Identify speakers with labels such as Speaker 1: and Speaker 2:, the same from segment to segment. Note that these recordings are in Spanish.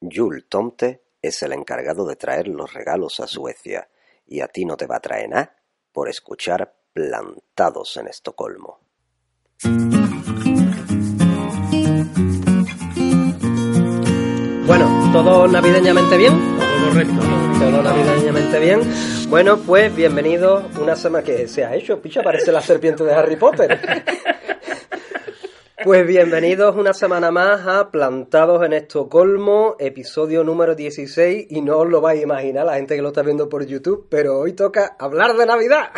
Speaker 1: Jul Tomte es el encargado de traer los regalos a Suecia y a ti no te va a traer nada por escuchar Plantados en Estocolmo.
Speaker 2: Bueno, todo navideñamente bien.
Speaker 3: Todo correcto.
Speaker 2: Todo navideñamente bien. Bueno, pues bienvenido una semana que se ha hecho, picha, parece la serpiente de Harry Potter. Pues bienvenidos una semana más a Plantados en Estocolmo, episodio número 16 y no os lo vais a imaginar la gente que lo está viendo por YouTube, pero hoy toca hablar de Navidad.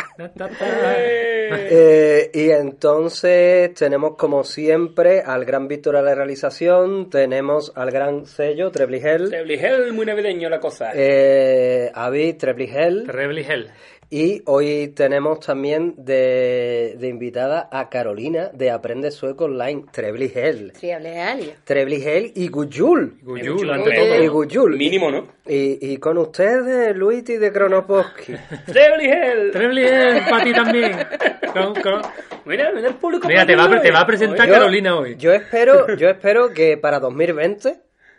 Speaker 2: Eh, y entonces tenemos como siempre al gran Víctor a la realización, tenemos al gran sello Trebligel,
Speaker 3: Trebligel, muy navideño la cosa.
Speaker 2: eh, Avi Trebligel
Speaker 3: Trebligel.
Speaker 2: y hoy tenemos también de, de invitada a Carolina de Aprende Sueco Online, Trebligel.
Speaker 4: Triable de alio.
Speaker 2: Trebligel y Guyul.
Speaker 3: Guyul,
Speaker 4: ante todo.
Speaker 2: Y Guyul.
Speaker 3: Eh, Mínimo, ¿no?
Speaker 2: Y, y con ustedes, Luiti de Kronoposki.
Speaker 3: Trebligel.
Speaker 5: Trebligel, para ti también. Con- con-
Speaker 3: Mira, mira el público.
Speaker 5: Mira, te va, a pre- te va a presentar
Speaker 2: Yo-
Speaker 5: Carolina hoy.
Speaker 2: Yo espero, yo espero que para 2020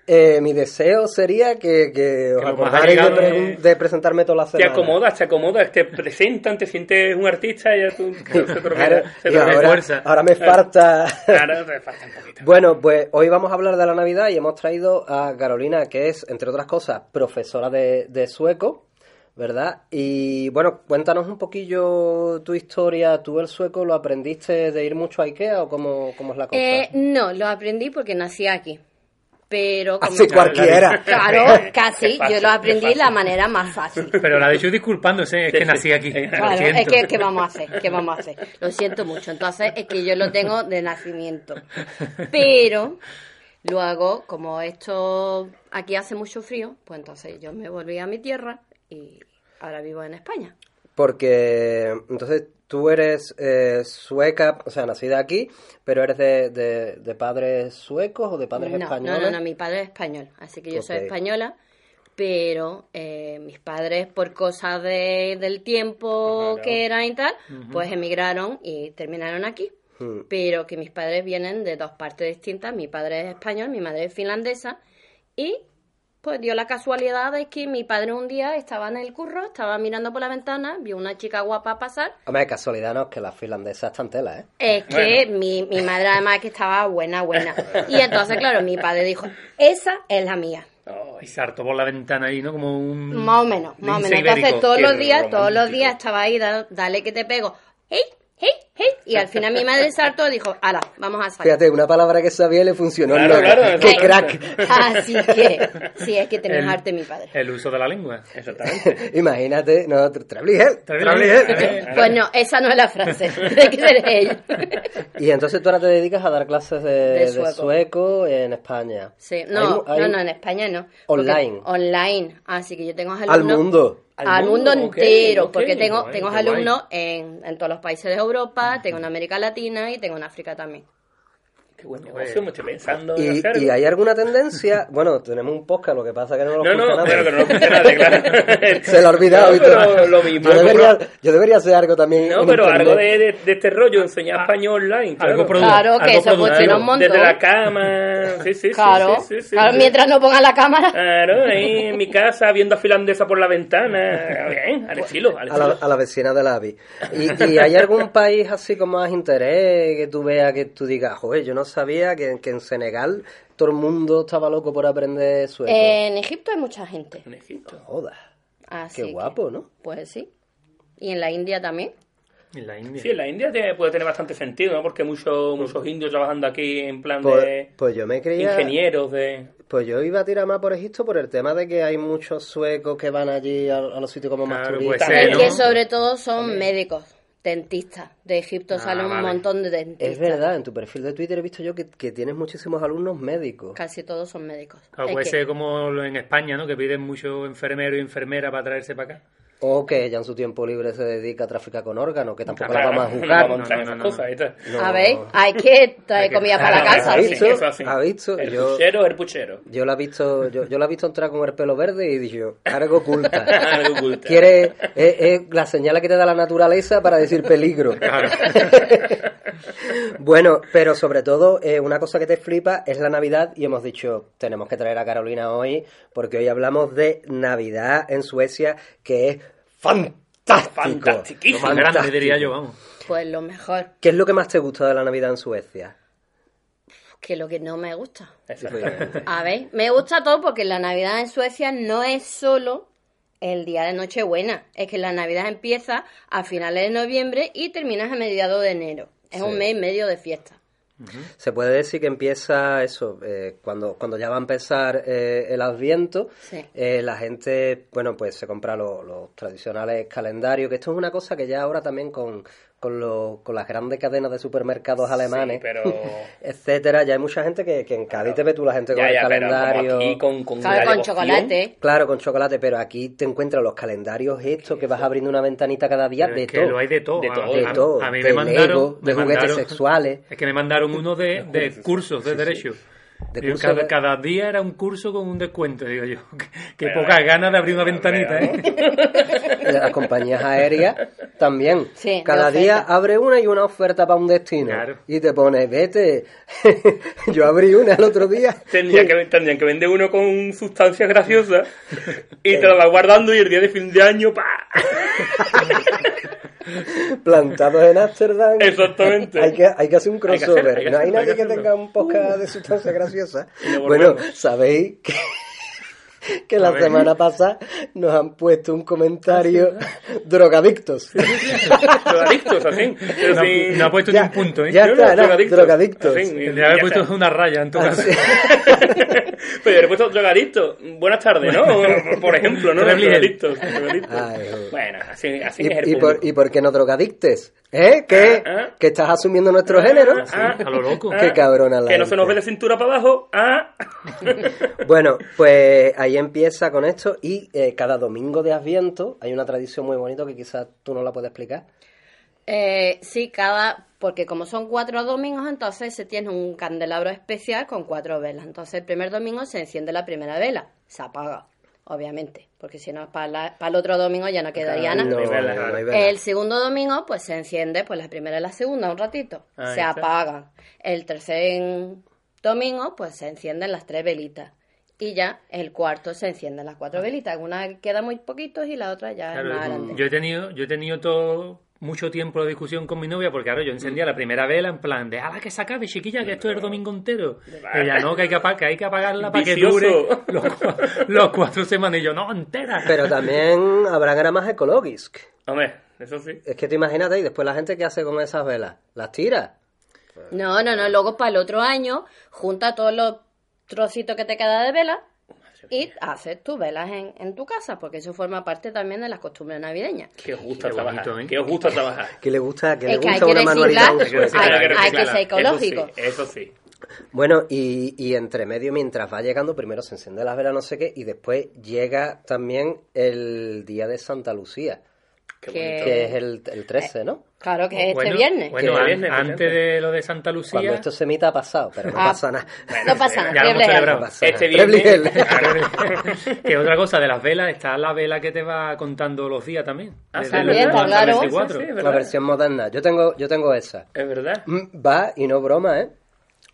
Speaker 2: eh, mi deseo sería que, que os
Speaker 5: nos vas
Speaker 2: acordarais de,
Speaker 5: llegando,
Speaker 2: pre-
Speaker 5: eh.
Speaker 2: de presentarme todas las
Speaker 3: Te
Speaker 2: semanas.
Speaker 3: acomodas, te acomodas, te presentan, te sientes un artista y ya tú se te
Speaker 2: Claro,
Speaker 3: olvida, se
Speaker 2: y
Speaker 3: te olvida.
Speaker 2: ahora,
Speaker 5: refuerza.
Speaker 2: ahora me falta...
Speaker 3: Claro, te falta un poquito.
Speaker 2: Bueno, pues hoy vamos a hablar de la Navidad y hemos traído a Carolina, que es, entre otras cosas, profesora de, de sueco, ¿verdad? Y bueno, cuéntanos un poquillo tu historia. ¿Tú el sueco lo aprendiste de ir mucho a Ikea o cómo, cómo es la cosa?
Speaker 4: Eh, no, lo aprendí porque nací aquí. Pero como...
Speaker 2: Así cualquiera.
Speaker 4: Claro, casi.
Speaker 3: Qué fácil,
Speaker 4: yo lo aprendí
Speaker 3: qué
Speaker 4: de
Speaker 3: fácil.
Speaker 4: la manera más fácil.
Speaker 5: Pero la de yo disculpándose, es que nací aquí.
Speaker 4: Claro,
Speaker 5: Lo
Speaker 4: es
Speaker 5: siento.
Speaker 4: que ¿qué vamos a hacer? ¿Qué vamos a hacer? Lo siento mucho. Entonces, es que yo lo tengo de nacimiento. Pero luego, como esto aquí hace mucho frío, pues entonces yo me volví a mi tierra y ahora vivo en España.
Speaker 2: Porque entonces tú eres eh, sueca, o sea, nacida aquí, pero eres de, de- de padres suecos o de padres
Speaker 4: no,
Speaker 2: españoles.
Speaker 4: No, no, no, mi padre es español, así que yo soy
Speaker 2: Ok.
Speaker 4: española, pero eh, mis padres por cosas de- del tiempo
Speaker 3: Claro.
Speaker 4: que eran y tal, pues emigraron y terminaron aquí.
Speaker 2: Hmm.
Speaker 4: Pero que mis padres vienen de dos partes distintas, mi padre es español, mi madre es finlandesa y pues dio la casualidad de que mi padre un día estaba en el curro, estaba mirando por la ventana, vio una chica guapa pasar
Speaker 2: Hombre, de casualidad no, es que las finlandesas están tela, ¿eh?
Speaker 4: es que mi, mi madre además que estaba buena, buena. Y entonces, claro, mi padre dijo, esa es la mía.
Speaker 5: Oh, y saltó por la ventana ahí, ¿no? Como un...
Speaker 4: Más o menos, más o
Speaker 5: lince
Speaker 4: menos. Entonces
Speaker 5: ibérico.
Speaker 4: todos
Speaker 3: Mm. qué
Speaker 4: los días, todos los
Speaker 3: romántico.
Speaker 4: días estaba ahí, da- dale que te pego. ¡Hey! ¡Hey! ¡Hey! Y al final mi madre saltó y dijo, ala, vamos a salir.
Speaker 2: Fíjate, una palabra que sabía y le funcionó.
Speaker 3: Claro,
Speaker 2: loca.
Speaker 3: claro,
Speaker 2: ¡Qué
Speaker 3: exactamente.
Speaker 2: crack!
Speaker 4: Así que, sí, es que tenés
Speaker 5: El-
Speaker 4: arte mi padre.
Speaker 5: El uso de la lengua.
Speaker 3: Exactamente.
Speaker 2: Imagínate, no, tr- Trebligel,
Speaker 5: Trebligel.
Speaker 2: Trebligel.
Speaker 4: Pues no, esa no es la frase. Tiene que ser ella.
Speaker 2: Y entonces tú ahora te dedicas a dar clases de, de sueco.
Speaker 4: sueco.
Speaker 2: en España.
Speaker 4: Sí, no,
Speaker 2: Hay- hay-
Speaker 4: no, no, en España no. porque-
Speaker 2: Online.
Speaker 4: Online. Así que yo tengo
Speaker 2: Al
Speaker 4: alumnos.
Speaker 2: mundo.
Speaker 4: al,
Speaker 3: Al
Speaker 4: mundo,
Speaker 3: mundo, ok,
Speaker 4: entero,
Speaker 3: ok,
Speaker 4: porque tengo,
Speaker 5: guay,
Speaker 4: tengo
Speaker 5: qué guay.
Speaker 4: alumnos en, en todos los países de Europa, tengo en América Latina y tengo en África también.
Speaker 3: Qué buen negocio, me estoy pensando. en
Speaker 2: Y,
Speaker 3: hacer.
Speaker 2: y hay alguna tendencia? Bueno, tenemos un podcast, lo que pasa es que no lo
Speaker 3: No, no,
Speaker 2: escucha nadie.
Speaker 3: claro que no lo funciona, claro.
Speaker 2: Se lo ha olvidado.
Speaker 3: No,
Speaker 2: y todo.
Speaker 3: pero lo mismo.
Speaker 2: Yo debería, yo debería hacer algo también.
Speaker 3: No,
Speaker 2: en
Speaker 3: pero
Speaker 2: internet.
Speaker 3: algo de, de- de este rollo, enseñar español online. Claro.
Speaker 5: Ah. Algo produ-
Speaker 4: Claro que
Speaker 5: algo
Speaker 4: eso funciona un
Speaker 5: productivo.
Speaker 4: montón.
Speaker 3: Desde la cama. Sí, sí, sí,
Speaker 4: Claro,
Speaker 3: sí, sí, sí,
Speaker 4: claro,
Speaker 3: sí.
Speaker 4: mientras no pongan la cámara.
Speaker 3: Claro, ahí en mi casa, viendo a finlandesa por la ventana. Bien,
Speaker 4: Pues,
Speaker 3: al estilo, al
Speaker 2: A la,
Speaker 3: estilo.
Speaker 2: a la vecina de la AVI. ¿Y, y hay algún país así con más interés que tú veas que tú digas, joder, yo no sabía que, que en Senegal todo el mundo estaba loco por aprender sueco?
Speaker 4: En Egipto hay mucha gente.
Speaker 3: En Egipto.
Speaker 2: Joda,
Speaker 4: Eh, Así
Speaker 2: qué
Speaker 4: que,
Speaker 2: guapo, ¿no?
Speaker 4: pues sí. Y en la India también.
Speaker 5: En la India.
Speaker 3: Sí, en la India tiene- puede tener bastante sentido, ¿no? Porque muchos muchos indios trabajando aquí en plan
Speaker 2: Pues,
Speaker 3: de
Speaker 2: pues yo me creía...
Speaker 3: ingenieros, de...
Speaker 2: Pues yo iba a tirar más por Egipto por el tema de que hay muchos suecos que van allí a, a los sitios como más
Speaker 5: Claro,
Speaker 2: turistas.
Speaker 5: puede Eh, ser,
Speaker 4: es
Speaker 5: ¿no?
Speaker 4: que sobre todo son médicos, dentistas. De Egipto
Speaker 5: Ah,
Speaker 4: salen un
Speaker 5: vale.
Speaker 4: montón de
Speaker 5: pues.
Speaker 4: dentistas.
Speaker 2: Es verdad, en tu perfil de Twitter he visto yo que, que tienes muchísimos alumnos médicos.
Speaker 4: Casi todos son médicos.
Speaker 5: Claro, pues, eh,
Speaker 4: Es
Speaker 5: puede
Speaker 4: que-
Speaker 5: ser como lo en España, ¿no? Que piden mucho enfermero y enfermera para traerse para acá.
Speaker 2: O que ella en su tiempo libre se dedica a tráfico con órganos, que tampoco
Speaker 5: Claro,
Speaker 2: la vamos a
Speaker 5: no,
Speaker 2: juzgar.
Speaker 5: no,
Speaker 3: vamos a entrar en esas
Speaker 5: no, no,
Speaker 3: cosas. esta-
Speaker 2: No.
Speaker 4: A ver, hay que traer
Speaker 5: Hay que-
Speaker 4: comida para la
Speaker 5: Claro,
Speaker 4: casa.
Speaker 2: ¿Ha
Speaker 5: sí,
Speaker 4: sí.
Speaker 2: visto?
Speaker 3: eso así.
Speaker 2: ¿Ha visto?
Speaker 3: El
Speaker 2: Yo,
Speaker 3: puchero es el puchero.
Speaker 2: yo la he visto, yo, yo la he visto entrar con el pelo verde y dije, yo, algo oculta.
Speaker 3: Algo oculta.
Speaker 2: Quiere, es, es la señal que te da la naturaleza para decir peligro. bueno, pero sobre todo, eh, una cosa que te flipa es la Navidad y hemos dicho, tenemos que traer a Carolina hoy, porque hoy hablamos de Navidad en Suecia, que es fantástico.
Speaker 5: Lo
Speaker 3: Fantastiquísimo.
Speaker 5: más grande,
Speaker 2: Fantástico.
Speaker 5: diría yo, vamos.
Speaker 4: Pues lo mejor,
Speaker 2: ¿Qué es lo que más te gusta de la Navidad en Suecia?
Speaker 4: que lo que no me gusta.
Speaker 2: Efectivamente.
Speaker 4: A ver, me gusta todo porque la Navidad en Suecia no es solo el día de Nochebuena, es que la Navidad empieza a finales de noviembre y terminas a mediados de enero. Es
Speaker 2: Sí.
Speaker 4: un mes y medio de fiesta.
Speaker 2: Se puede decir que empieza eso, eh, cuando, cuando ya va a empezar eh, el adviento,
Speaker 4: Sí.
Speaker 2: eh, la gente, bueno, pues se compra lo- los tradicionales calendarios, que esto es una cosa que ya ahora también con, con, lo- con las grandes cadenas de supermercados alemanes,
Speaker 3: Sí, pero...
Speaker 2: etcétera, ya hay mucha gente que, que en Cádiz te ve tú la gente con
Speaker 3: Ya,
Speaker 2: el
Speaker 3: ya, pero
Speaker 2: calendario.
Speaker 3: como aquí con, con,
Speaker 4: Claro,
Speaker 3: la
Speaker 4: con
Speaker 3: devoción,
Speaker 4: chocolate.
Speaker 2: Claro, con chocolate, pero aquí te encuentras los calendarios estos que vas abriendo una ventanita cada día
Speaker 5: Pero
Speaker 2: de
Speaker 5: es que
Speaker 2: todo.
Speaker 5: lo hay de todo.
Speaker 3: De
Speaker 5: a-
Speaker 3: todo.
Speaker 5: a-
Speaker 2: De todo,
Speaker 5: A mí
Speaker 2: de
Speaker 5: me mandaron.
Speaker 2: Lego,
Speaker 5: me
Speaker 2: de juguetes
Speaker 5: mandaron-
Speaker 2: sexuales.
Speaker 5: Es que me mandaron uno de, de cursos de derecho.
Speaker 2: De
Speaker 5: Y
Speaker 2: cursos
Speaker 5: cada,
Speaker 2: de-
Speaker 5: cada día era un curso con un descuento, digo yo. Qué- Qué
Speaker 3: Pero,
Speaker 5: pocas
Speaker 3: eh,
Speaker 5: ganas de abrir una ventanita,
Speaker 3: pero,
Speaker 5: ¿eh?
Speaker 2: de las compañías aéreas también.
Speaker 4: Sí, de
Speaker 2: Cada
Speaker 4: oferta.
Speaker 2: día abre una y una oferta para un destino.
Speaker 5: Claro.
Speaker 2: Y te pones, vete. Yo abrí una el otro día.
Speaker 3: Tendrían que, tendrían que vender uno con sustancias graciosas y te lo vas guardando y el día de fin de año, pa
Speaker 2: Plantados en Ámsterdam.
Speaker 3: Exactamente.
Speaker 2: Hay que, hay que hacer un
Speaker 3: Hay que hacer,
Speaker 2: crossover.
Speaker 3: hay que
Speaker 2: no hay
Speaker 3: hacerlo, hay
Speaker 2: nadie
Speaker 3: que
Speaker 2: que
Speaker 3: hacerlo. Uh.
Speaker 2: tenga un podcast de sustancia graciosa.
Speaker 3: lo volvemos.
Speaker 2: Bueno, sabéis que, que
Speaker 5: A
Speaker 2: la
Speaker 5: ver.
Speaker 2: semana pasada nos han puesto un comentario
Speaker 4: Ah,
Speaker 2: drogadictos.
Speaker 3: drogadictos, así. Pero
Speaker 5: No,
Speaker 3: sí,
Speaker 5: no ha puesto ni
Speaker 2: Ya,
Speaker 5: un punto, ¿eh?
Speaker 2: ya
Speaker 3: Yo
Speaker 2: está,
Speaker 3: era
Speaker 2: era
Speaker 3: drogadicto.
Speaker 2: drogadictos.
Speaker 3: Así, y
Speaker 5: Tendría que haber
Speaker 3: ya
Speaker 5: puesto
Speaker 3: está.
Speaker 5: una raya en todo
Speaker 2: Ah,
Speaker 5: caso.
Speaker 3: Pero yo le he puesto drogadicto. Buenas tardes, ¿no? Por- Por ejemplo, ¿no?
Speaker 5: Treblin.
Speaker 3: Drogadictos. drogadictos.
Speaker 2: Ay, joder.
Speaker 3: Bueno, así, así es el
Speaker 2: ¿Y, y por,
Speaker 3: público.
Speaker 2: ¿Y por qué no drogadictes? ¿Eh? ¿Qué?
Speaker 3: Ah, ah.
Speaker 2: ¿Que estás asumiendo nuestro género?
Speaker 5: Ah, a lo loco.
Speaker 2: Qué cabrona la
Speaker 3: ¿Eh? Que no se nos ve
Speaker 2: gente.
Speaker 3: de cintura para abajo. Ah.
Speaker 2: Bueno, pues ahí empieza con esto y eh, cada domingo de Adviento hay una tradición muy bonita que quizás tú no la puedes explicar.
Speaker 4: Eh, sí, cada, porque como son cuatro domingos, entonces se tiene un candelabro especial con cuatro velas. Entonces el primer domingo se enciende la primera vela, se apaga, obviamente, porque si no, para, la- para el otro domingo ya no quedaría
Speaker 2: No,
Speaker 4: nada.
Speaker 2: no hay
Speaker 5: vela,
Speaker 2: vela.
Speaker 4: El segundo domingo, pues se enciende pues la primera y la segunda un ratito.
Speaker 5: Ahí
Speaker 4: se
Speaker 5: está.
Speaker 4: apagan. El tercer domingo, pues se encienden las tres velitas. Y ya el cuarto se encienden las cuatro velitas. Una queda muy poquitos y la otra ya
Speaker 5: Claro,
Speaker 4: es más grande.
Speaker 5: yo he tenido, yo he tenido todo mucho tiempo de discusión con mi novia porque ahora yo encendía la primera vela en plan de ala que se acabe chiquilla que esto es el domingo entero ella no que hay que, apa- que hay que apagarla para que
Speaker 3: Vicioso.
Speaker 5: dure los, cua- los cuatro semanas y yo no entera
Speaker 2: Pero también habrá gramas ecológicas.
Speaker 3: Hombre, eso sí.
Speaker 2: Es que te imagínate, y después la gente que hace con esas velas, las tira.
Speaker 4: No, no, no. Luego para el otro año, junta todos los trocitos que te queda de vela y haces tus velas en, en tu casa, porque eso forma parte también de las costumbres navideñas.
Speaker 3: Que os gusta
Speaker 5: Qué bonito,
Speaker 3: trabajar.
Speaker 5: ¿eh?
Speaker 3: Que os gusta trabajar.
Speaker 2: Que le gusta, que
Speaker 4: Es
Speaker 2: le
Speaker 4: que hay
Speaker 2: gusta
Speaker 4: que
Speaker 2: una manualidad.
Speaker 4: reciclar,
Speaker 2: en Suecia.
Speaker 4: hay-
Speaker 3: Claro,
Speaker 4: hay que
Speaker 3: claro.
Speaker 4: ser ecológico.
Speaker 3: Eso sí, eso sí.
Speaker 2: Bueno, y, y entre medio, mientras va llegando, primero se enciende las velas, no sé qué, y después llega también el día de Santa Lucía,
Speaker 3: Qué
Speaker 4: Que-
Speaker 3: bonito.
Speaker 2: que es el, el 13, ¿no?
Speaker 4: Claro que es
Speaker 5: Bueno,
Speaker 4: este viernes.
Speaker 5: bueno
Speaker 3: Que
Speaker 5: an-
Speaker 3: viernes, que
Speaker 5: antes de lo de Santa
Speaker 2: Cuando
Speaker 5: Lucía
Speaker 2: esto se emita ha pasado, pero no
Speaker 4: Ah.
Speaker 2: pasa nada.
Speaker 4: no pasa
Speaker 5: ya
Speaker 4: nada.
Speaker 5: lo
Speaker 4: fiebre
Speaker 5: hemos
Speaker 4: es
Speaker 5: celebrado.
Speaker 4: algo.
Speaker 2: Pasa
Speaker 3: Este
Speaker 2: nada.
Speaker 3: viernes-
Speaker 2: Trebligel.
Speaker 5: que otra cosa de las velas está la vela que te va contando los días también
Speaker 3: Ah,
Speaker 5: Desde
Speaker 4: también,
Speaker 5: el uno hasta
Speaker 4: claro.
Speaker 5: el 24.
Speaker 3: Sí, sí, sí, es
Speaker 2: La
Speaker 3: verdad.
Speaker 2: versión moderna. Yo tengo, yo tengo esa.
Speaker 3: Es verdad.
Speaker 2: Mm, Va, y no broma, ¿eh?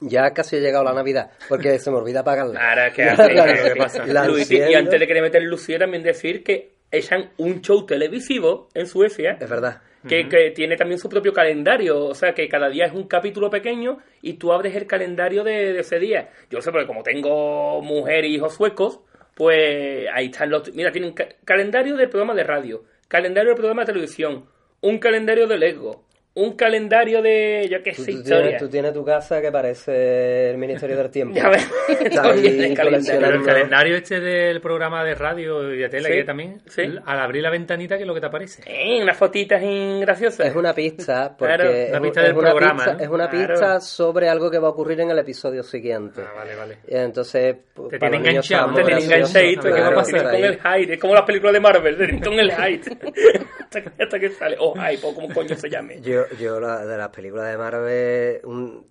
Speaker 2: Ya casi ha llegado la Navidad, porque se me olvida pagarla.
Speaker 3: Ahora que
Speaker 2: La-
Speaker 3: hace-
Speaker 2: la-
Speaker 3: que-
Speaker 5: ¿qué pasa?
Speaker 2: la
Speaker 3: Luis, y
Speaker 2: enciendo.
Speaker 3: antes de que le meter Lucía también decir que echan un show televisivo en Suecia
Speaker 2: Es verdad.
Speaker 3: que, que tiene también su propio calendario, o sea que cada día es un capítulo pequeño y tú abres el calendario de, de ese día. Yo sé, porque como tengo mujer y hijos suecos, pues ahí están los... Mira, tienen ca- calendario del programa de radio, calendario del programa de televisión, un calendario de Lego, un calendario de, yo qué
Speaker 2: Tú,
Speaker 3: sé,
Speaker 2: tú tienes,
Speaker 3: historia.
Speaker 2: tú tienes tu casa que parece el Ministerio del Tiempo.
Speaker 3: Ya ves,
Speaker 2: Está
Speaker 3: todo tiene
Speaker 2: ahí
Speaker 3: calendario.
Speaker 5: Pero el
Speaker 2: coleccionando.
Speaker 5: calendario este del programa de radio y de tele
Speaker 3: Sí,
Speaker 5: que también,
Speaker 3: sí.
Speaker 5: al abrir la ventanita, ¿qué es lo que te aparece?
Speaker 3: Eh, unas fotitas en graciosas.
Speaker 2: Es una pista, porque
Speaker 3: Claro,
Speaker 2: es
Speaker 5: una
Speaker 2: un-
Speaker 5: pista
Speaker 2: es
Speaker 5: del
Speaker 2: una
Speaker 5: programa,
Speaker 2: pista-
Speaker 5: ¿no?
Speaker 2: es una
Speaker 3: Claro.
Speaker 2: pista sobre algo que va a ocurrir en el episodio siguiente.
Speaker 5: Ah, vale, vale.
Speaker 2: Y entonces, p-
Speaker 5: Te
Speaker 2: para
Speaker 5: tienen
Speaker 2: los niños
Speaker 5: enganchado,
Speaker 2: está
Speaker 3: Te
Speaker 5: te
Speaker 2: muy
Speaker 3: tienen
Speaker 5: tienen
Speaker 2: gracioso.
Speaker 3: enganchadito, ¿qué va a
Speaker 2: Claro,
Speaker 3: pasar
Speaker 2: está
Speaker 3: con
Speaker 2: ahí.
Speaker 3: el Hyde? Es como las películas de Marvel, de Rinton el Hyde. hasta, que, hasta que sale, oh Hyde, o como coño se llame.
Speaker 2: Yo, yo la- de las películas de Marvel, un-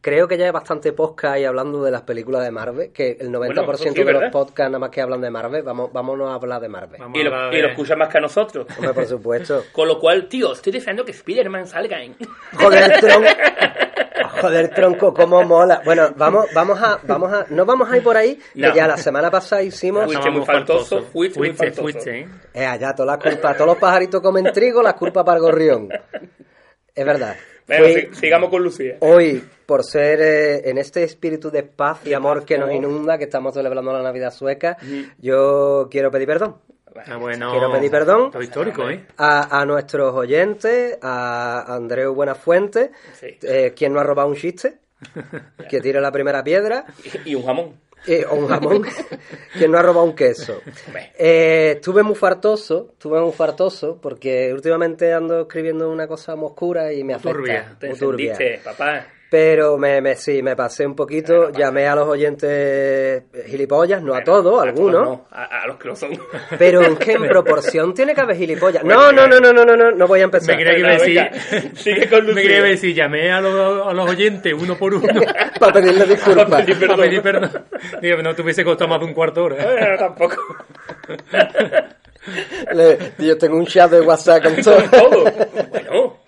Speaker 2: creo que ya hay bastante podcast y hablando de las películas de Marvel, que el 90%
Speaker 3: sí,
Speaker 2: de los
Speaker 3: ¿verdad?
Speaker 2: podcasts nada más que hablan de Marvel, vamos, vámonos a hablar de Marvel.
Speaker 5: Vamos
Speaker 3: Y
Speaker 5: a
Speaker 3: lo,
Speaker 5: hablar
Speaker 3: y lo
Speaker 5: de-
Speaker 3: escucha más que a nosotros.
Speaker 2: Hombre, por supuesto.
Speaker 3: Con lo cual, tío, estoy deseando que Spider-Man salga en...
Speaker 2: Joder, tronco. Joder, tronco, cómo mola. Bueno, vamos, vamos a, vamos a, no vamos a ir por ahí, que
Speaker 3: No.
Speaker 2: ya la semana pasada hicimos
Speaker 3: Fuiste muy faltoso, fuiste muy faltoso.
Speaker 5: fuiste, ¿eh?
Speaker 2: Eh, allá, todas las culpas, todos los pajaritos comen trigo, las culpas para el gorrión. Es verdad.
Speaker 3: Bueno,
Speaker 2: Fui
Speaker 3: si- sigamos con Lucía.
Speaker 2: Hoy, por ser eh, en este espíritu de paz y amor que nos inunda, que estamos celebrando la Navidad sueca,
Speaker 3: Mm.
Speaker 2: yo quiero pedir perdón
Speaker 5: Ah, bueno,
Speaker 2: Quiero pedir perdón.
Speaker 5: Todo histórico, ¿eh?
Speaker 2: a, a nuestros oyentes, a Andreu Buenafuente,
Speaker 3: Sí.
Speaker 2: eh, quien no ha robado un chiste, que tire la primera piedra.
Speaker 3: Y un jamón.
Speaker 2: Eh, o un jamón, que no ha robado un queso.
Speaker 3: Hombre.
Speaker 2: Eh, estuve muy fartoso, estuve muy fartoso, porque últimamente ando escribiendo una cosa muy oscura y me afecta.
Speaker 5: turbia,
Speaker 3: Te
Speaker 2: muy turbia.
Speaker 3: encendiste, papá.
Speaker 2: Pero me, me- sí, me pasé un poquito, llamé a los oyentes eh, gilipollas, no a todos, a algunos.
Speaker 3: no, a, a los que lo son.
Speaker 2: Pero es que en proporción tiene que haber gilipollas. No, no, no, no, no, no, no, no voy a empezar.
Speaker 5: Me creía que iba a
Speaker 3: Venga,
Speaker 5: decir.
Speaker 3: sigue con
Speaker 5: Me creía que iba a
Speaker 3: Lucía.
Speaker 5: decir, llamé a los, a los oyentes uno por uno.
Speaker 2: Para pedirle disculpas.
Speaker 3: pedir
Speaker 5: Para
Speaker 3: perdón.
Speaker 5: pedir perdón. Digo, no te hubiese costado más de un cuarto de hora.
Speaker 3: Eh, tampoco.
Speaker 2: Le- yo tengo un chat de WhatsApp con todo.
Speaker 3: Todo.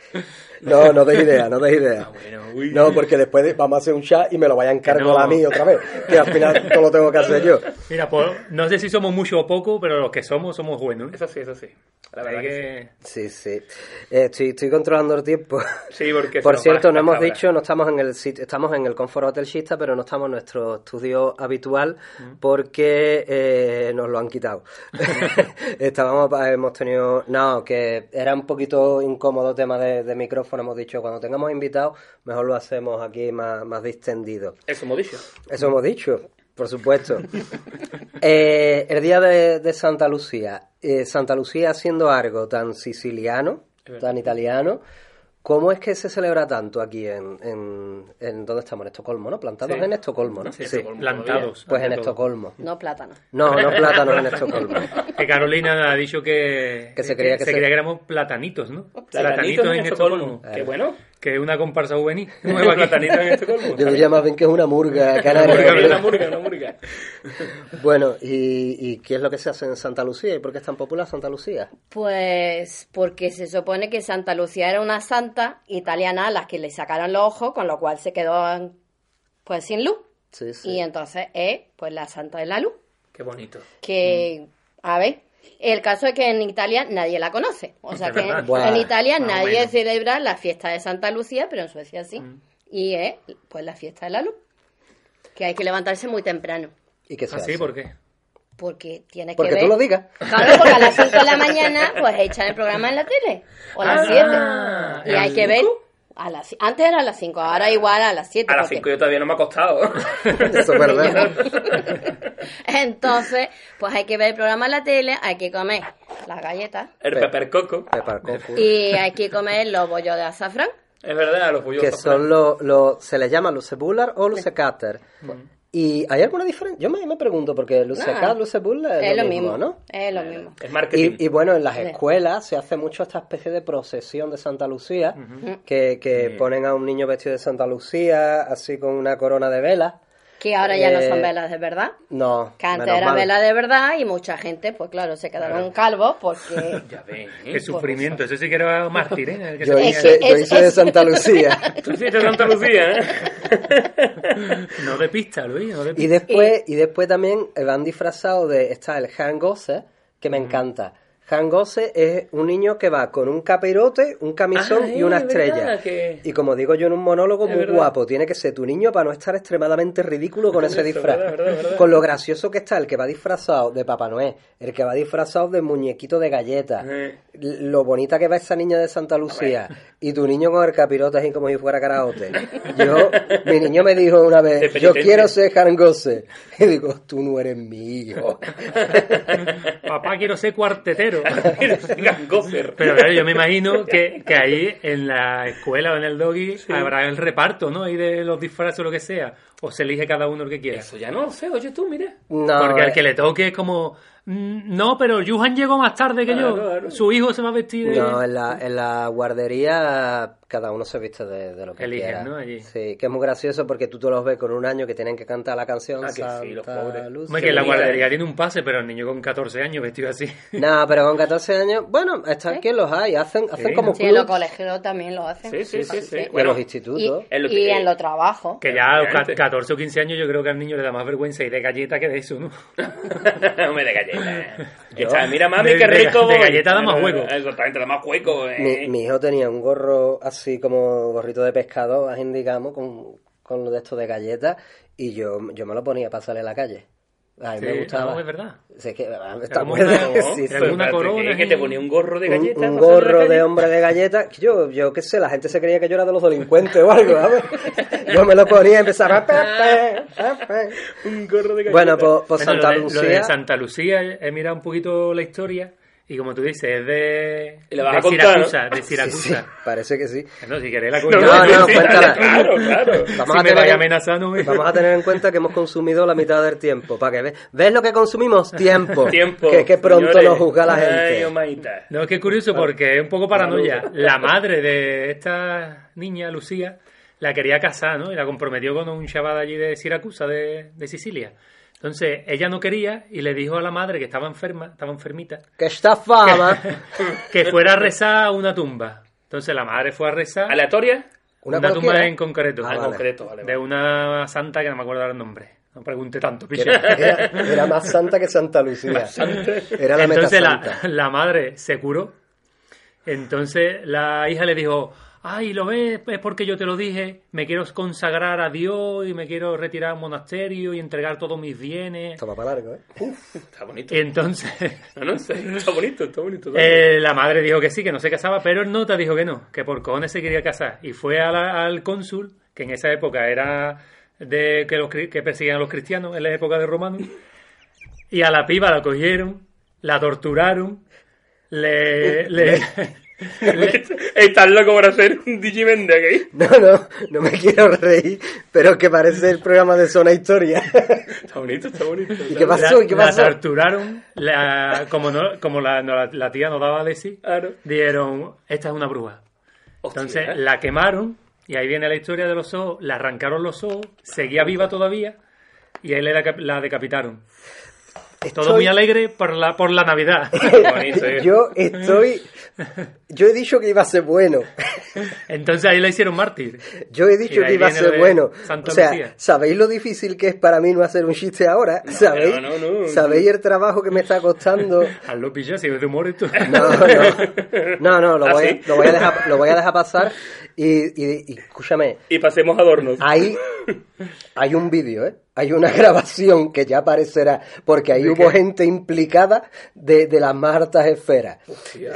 Speaker 3: Bueno.
Speaker 2: No, no des idea, no des idea.
Speaker 5: Ah, bueno, uy.
Speaker 2: No, porque después de- vamos a hacer un chat y me lo vayan a encargar
Speaker 5: No.
Speaker 2: a mí otra vez. Que al final todo lo tengo que hacer yo.
Speaker 5: Mira, pues, no sé si somos mucho o poco, pero los que somos, somos buenos. ¿eh?
Speaker 3: Eso sí, eso sí. La verdad
Speaker 5: Hay
Speaker 3: que sí.
Speaker 5: que-
Speaker 2: Sí, sí. Eh, estoy, estoy controlando el tiempo.
Speaker 3: Sí, porque se
Speaker 2: Por
Speaker 3: nos
Speaker 2: cierto,
Speaker 3: va
Speaker 2: no
Speaker 3: la
Speaker 2: hemos
Speaker 3: cabra.
Speaker 2: dicho, no estamos en el sitio, estamos en el confort hotelchista, pero no estamos en nuestro estudio habitual
Speaker 3: Mm.
Speaker 2: porque eh, nos lo han quitado. Estábamos, pa- hemos tenido, no, que era un poquito incómodo tema de, de micrófono, hemos dicho, cuando tengamos invitados, mejor lo hacemos aquí más, más distendido.
Speaker 3: Eso hemos dicho.
Speaker 2: Eso hemos dicho, por supuesto. Eh, el día de, de Santa Lucía. Eh, Santa Lucía siendo algo tan siciliano, tan italiano. ¿Cómo es que se celebra tanto aquí en, en, en- dónde estamos? En Estocolmo, ¿no? Plantados
Speaker 5: Sí.
Speaker 2: en Estocolmo, ¿no?
Speaker 3: Sí,
Speaker 2: Sí.
Speaker 3: Estocolmo.
Speaker 5: Plantados.
Speaker 2: Pues en
Speaker 5: ante todo.
Speaker 2: Estocolmo.
Speaker 4: No plátano.
Speaker 2: No, no plátanos en Estocolmo.
Speaker 5: Que Carolina ha dicho que,
Speaker 2: Que se creía que se-
Speaker 5: creía éramos platanitos, ¿no?
Speaker 3: Platanitos en Estocolmo. Qué bueno.
Speaker 5: Que es una comparsa juvenil.
Speaker 3: Nueva
Speaker 5: Nueva
Speaker 3: platanito en Estocolmo.
Speaker 2: Yo diría más bien que es una murga canaria.
Speaker 3: Una hamburguesa, una hamburguesa.
Speaker 2: Bueno, ¿y, ¿y qué es lo que se hace en Santa Lucía? ¿Y por qué es tan popular Santa Lucía?
Speaker 4: Pues porque se supone que Santa Lucía era una santa italiana a la que le sacaron los ojos, con lo cual se quedó pues sin luz.
Speaker 2: Sí,
Speaker 4: Y
Speaker 2: sí.
Speaker 4: entonces es pues la santa de la luz.
Speaker 3: Qué bonito.
Speaker 4: que, a ver, el caso es que en Italia nadie la conoce. O sea
Speaker 5: Es
Speaker 4: que
Speaker 5: verdad.
Speaker 2: Buah,
Speaker 4: en Italia
Speaker 5: más o
Speaker 4: nadie
Speaker 5: menos.
Speaker 4: celebra la fiesta de Santa Lucía, pero en Suecia sí. Y es, pues, la fiesta de la luz. Que hay que levantarse muy temprano.
Speaker 2: ¿Y qué se
Speaker 5: Así,
Speaker 2: hace?
Speaker 5: ¿Ah, ¿por qué?
Speaker 4: Porque tiene que
Speaker 2: Porque
Speaker 4: ver...
Speaker 2: tú lo digas.
Speaker 4: Claro, porque a las 5 de la mañana, pues, echan el programa en la tele. O a las 7.
Speaker 5: Ah,
Speaker 4: y hay que ver... A las, antes era a las 5, ahora igual a las 7.
Speaker 3: A las 5 yo todavía no me he acostado.
Speaker 2: Eso es verdad.
Speaker 4: Entonces, pues hay que ver el programa en la tele, hay que comer las galletas,
Speaker 3: El pepper coco.
Speaker 2: Pepper Coco.
Speaker 4: Y hay que comer los bollos de azafrán.
Speaker 3: Es verdad, los
Speaker 2: que
Speaker 3: bullosos.
Speaker 2: son los, los- se les llama Luce Buller o Luce Cutter. ¿Y hay alguna diferencia? Yo me, me pregunto, porque Luce
Speaker 4: No.
Speaker 2: Cutter, Luce Buller es, lo mismo, ¿no?
Speaker 4: Es lo Ah, mismo.
Speaker 3: Es marketing.
Speaker 2: Y, y bueno, en las
Speaker 4: Sí.
Speaker 2: escuelas se hace mucho esta especie de procesión de Santa Lucía, que, que ponen a un niño vestido de Santa Lucía, así con una corona de velas.
Speaker 4: Que ahora ya no son
Speaker 2: Eh,
Speaker 4: velas de verdad.
Speaker 2: No,
Speaker 4: Que antes
Speaker 2: menos
Speaker 4: era
Speaker 2: mal.
Speaker 4: vela de verdad y mucha gente, pues claro, se quedaron calvos porque...
Speaker 3: Ya ven,
Speaker 5: Qué
Speaker 3: ¿eh?
Speaker 5: sufrimiento. Eso sí que era mártir, ¿eh? El que
Speaker 2: Yo
Speaker 5: se-
Speaker 4: Es
Speaker 2: hice,
Speaker 4: que
Speaker 2: yo
Speaker 4: es-
Speaker 2: hice de
Speaker 4: es-
Speaker 2: Santa Lucía.
Speaker 3: Tú hiciste Santa Lucía, ¿eh?
Speaker 5: ¿eh? No de pista, Luis. No de
Speaker 2: Y
Speaker 5: pista.
Speaker 2: después, y después también eh, van disfrazados de. Está el hangover, que me encanta. Hangose es un niño que va con un capirote, un camisón
Speaker 3: Ah,
Speaker 2: y una
Speaker 3: es verdad
Speaker 2: estrella.
Speaker 3: que-
Speaker 2: Y como digo yo en un monólogo,
Speaker 3: Es
Speaker 2: muy
Speaker 3: verdad.
Speaker 2: guapo. Tiene que ser tu niño para no estar extremadamente ridículo con ese
Speaker 3: Eso,
Speaker 2: disfraz.
Speaker 3: verdad, verdad, verdad.
Speaker 2: Con lo gracioso que está el que va disfrazado de Papá Noel, el que va disfrazado de muñequito de galleta,
Speaker 3: Eh.
Speaker 2: l- lo bonita que va esa niña de Santa Lucía y tu niño con el capirote así como si fuera karaote. Yo, mi niño me dijo una vez,
Speaker 3: De
Speaker 2: yo
Speaker 3: penitencia.
Speaker 2: quiero ser Hangose. Y digo, tú no eres mi hijo.
Speaker 5: Papá, quiero ser cuartetero.
Speaker 3: Eres un gangofer.
Speaker 5: Pero claro, yo me imagino que, que ahí en la escuela o en el doggy habrá el reparto, ¿no? Ahí de los disfraces o lo que sea. O se elige cada uno el que quiera.
Speaker 3: Eso ya no lo sé, oye tú, mira.
Speaker 2: No,
Speaker 5: Porque al
Speaker 2: eh,
Speaker 5: que le toque es como. "Mm, No, pero Johan llegó más tarde que yo.
Speaker 3: Claro, claro.
Speaker 5: Su hijo se va a vestir. de-".
Speaker 2: No, en la, en la guardería cada uno se viste de, de lo que
Speaker 5: Eligen,
Speaker 2: quiera.
Speaker 5: ¿no? Allí.
Speaker 2: Sí, que es muy gracioso porque tú te los ves con un año que tienen que cantar la canción
Speaker 3: Ah, que
Speaker 2: Santa
Speaker 3: sí, los pobres.
Speaker 2: Lucía.
Speaker 5: Hombre, que en la
Speaker 3: Qué bonita.
Speaker 5: guardería tiene un pase, pero el niño con 14 años vestido así.
Speaker 2: No, pero con 14 años, bueno, están quien los hay, hacen, hacen
Speaker 5: Sí.
Speaker 2: como
Speaker 4: ¿Eh? Sí, en los
Speaker 2: clubs
Speaker 4: colegios también lo hacen.
Speaker 3: Sí, sí, sí, sí.
Speaker 2: en
Speaker 3: Bueno,
Speaker 2: los institutos.
Speaker 4: Y,
Speaker 3: En lo-
Speaker 4: y en los trabajos.
Speaker 5: Que ya a los ca-
Speaker 3: Efectivamente.
Speaker 5: 14 o 15 años yo creo que al niño le da más vergüenza ir de galleta que de eso, ¿no?
Speaker 3: Hombre, de galleta.
Speaker 2: Yo-
Speaker 3: Está, mira, mami,
Speaker 5: De-
Speaker 3: qué
Speaker 5: de-
Speaker 3: rico.
Speaker 5: de
Speaker 3: voy.
Speaker 5: galleta da más hueco.
Speaker 3: Exactamente, da más hueco. eh.
Speaker 2: Mi, mi hijo tenía un gorro así como gorrito de pescador, así digamos, con, con lo de esto de galletas, y yo, yo me lo ponía para salir a la calle. A mí me
Speaker 5: Sí, ah,
Speaker 2: gustaba.
Speaker 5: no, es verdad.
Speaker 2: Sí, es que, ah,
Speaker 5: Era
Speaker 2: está
Speaker 5: como
Speaker 2: bueno.
Speaker 5: una-
Speaker 2: Sí, sí.
Speaker 5: era como una
Speaker 3: Espérate,
Speaker 5: corona
Speaker 3: ¿qué? ¿Que
Speaker 5: y-
Speaker 3: te ponía un gorro de
Speaker 2: un,
Speaker 3: galleta?
Speaker 2: un
Speaker 3: pasando la
Speaker 2: gorro
Speaker 3: calle?
Speaker 2: de hombre de galleta. que Yo, yo qué sé, la gente se creía que yo era de los delincuentes o algo, ¿sabes? Yo me lo ponía y empezaba. "Pepe,
Speaker 5: Ah.
Speaker 2: Pepe".
Speaker 3: Un gorro de galleta.
Speaker 2: Bueno, pues, pues
Speaker 5: Bueno,
Speaker 2: Santa
Speaker 5: lo de-
Speaker 2: Lucía.
Speaker 5: Lo de Santa Lucía, he mirado un poquito la historia y como tú dices, es de,
Speaker 3: Y la vas
Speaker 5: de
Speaker 3: a contar,
Speaker 5: Siracusa. De
Speaker 2: Sí, sí,
Speaker 5: Siracusa.
Speaker 2: parece que sí.
Speaker 5: No, si queréis la
Speaker 3: No,
Speaker 5: cuento.
Speaker 3: no,
Speaker 2: no,
Speaker 3: sí,
Speaker 2: cuéntala.
Speaker 3: Claro, claro.
Speaker 2: Vamos
Speaker 5: si
Speaker 2: a
Speaker 5: me ¿eh?
Speaker 2: tener-
Speaker 5: vais a amenazar, no me...
Speaker 2: Pues Vamos a tener en cuenta que hemos consumido la mitad del tiempo. Para que ve- ¿Ves lo que consumimos? Tiempo.
Speaker 3: Tiempo.
Speaker 2: Que, que pronto
Speaker 3: señores.
Speaker 2: lo juzga la
Speaker 3: Ay,
Speaker 2: gente.
Speaker 3: omaita.
Speaker 5: No, es que es curioso porque es un poco paranoia. La madre de esta niña, Lucía, la quería casar, ¿no? Y la comprometió con un chaval allí de Siracusa, de, de Sicilia. Entonces, ella no quería y le dijo a la madre que estaba enferma, estaba enfermita,
Speaker 2: que esta fama.
Speaker 5: que fuera a rezar a una tumba. Entonces, la madre fue a rezar.
Speaker 3: ¿Aleatoria?
Speaker 5: Una,
Speaker 2: Una
Speaker 5: tumba
Speaker 2: cualquiera.
Speaker 5: en concreto.
Speaker 2: Ah,
Speaker 5: en
Speaker 2: vale.
Speaker 5: concreto, vale, vale. De una santa que no me acuerdo ahora el nombre. No pregunte tanto,
Speaker 2: que
Speaker 5: picha.
Speaker 2: era, era- era más santa que Santa Lucía. Era la meta
Speaker 5: Entonces la,
Speaker 2: santa.
Speaker 5: la madre se curó. Entonces la hija le dijo, ay, lo ves, es porque yo te lo dije, me quiero consagrar a Dios y me quiero retirar a un monasterio y entregar todos mis bienes.
Speaker 2: Esto va para largo, ¿eh?
Speaker 3: Está bonito.
Speaker 5: Y entonces
Speaker 3: No, no, está está bonito, está bonito. está bonito.
Speaker 5: Eh, la madre dijo que sí, que no se casaba, pero el nota dijo que no, que por cojones se quería casar. Y fue a la- al cónsul, que en esa época era de que, los, cri- que perseguían a los cristianos, en la época de romanos, y a la piba la cogieron, la torturaron, le... le- le-
Speaker 3: Estás Eh, loco por hacer un Digimende aquí.
Speaker 2: No, no, no me quiero reír, pero que parece el programa de Zona Historia.
Speaker 3: Está bonito, está bonito.
Speaker 2: ¿Y qué pasó?
Speaker 5: la,
Speaker 2: ¿Y qué
Speaker 5: la
Speaker 2: pasó?
Speaker 5: torturaron, la- como, no, como la, no, la- la tía no daba de sí,
Speaker 3: Claro.
Speaker 5: dijeron, esta es una bruja. Entonces eh,
Speaker 3: Hostia. ¿eh?
Speaker 5: la quemaron y ahí viene la historia de los ojos, le arrancaron los ojos, seguía viva todavía y ahí le deca- la decapitaron. Todo
Speaker 2: Estoy-
Speaker 5: muy alegre por la, por la Navidad.
Speaker 3: bonito, eh.
Speaker 2: Yo estoy. Yo he dicho que iba a ser bueno.
Speaker 5: Entonces ahí la hicieron mártir.
Speaker 2: Yo he dicho
Speaker 5: Y ahí
Speaker 2: que iba a
Speaker 5: viene
Speaker 2: ser
Speaker 5: de
Speaker 2: bueno.
Speaker 5: Santa
Speaker 2: o sea,
Speaker 5: Lucía.
Speaker 2: ¿sabéis lo difícil que es para mí no hacer un chiste ahora? ¿Sabéis?
Speaker 3: no, no, no.
Speaker 2: ¿Sabéis el trabajo que me está costando?
Speaker 5: Hazlo pillar, si es de humor esto.
Speaker 2: No, no, no, no,
Speaker 3: ¿Ah,
Speaker 2: lo, voy,
Speaker 3: sí?
Speaker 2: a- lo, voy a dejar, lo voy a dejar pasar y, y- y escúchame,
Speaker 3: Y pasemos a adornos.
Speaker 5: Ah,
Speaker 2: Ahí hay un vídeo, ¿eh? Hay una grabación que ya aparecerá, porque ahí hubo gente implicada de, de las más altas esferas.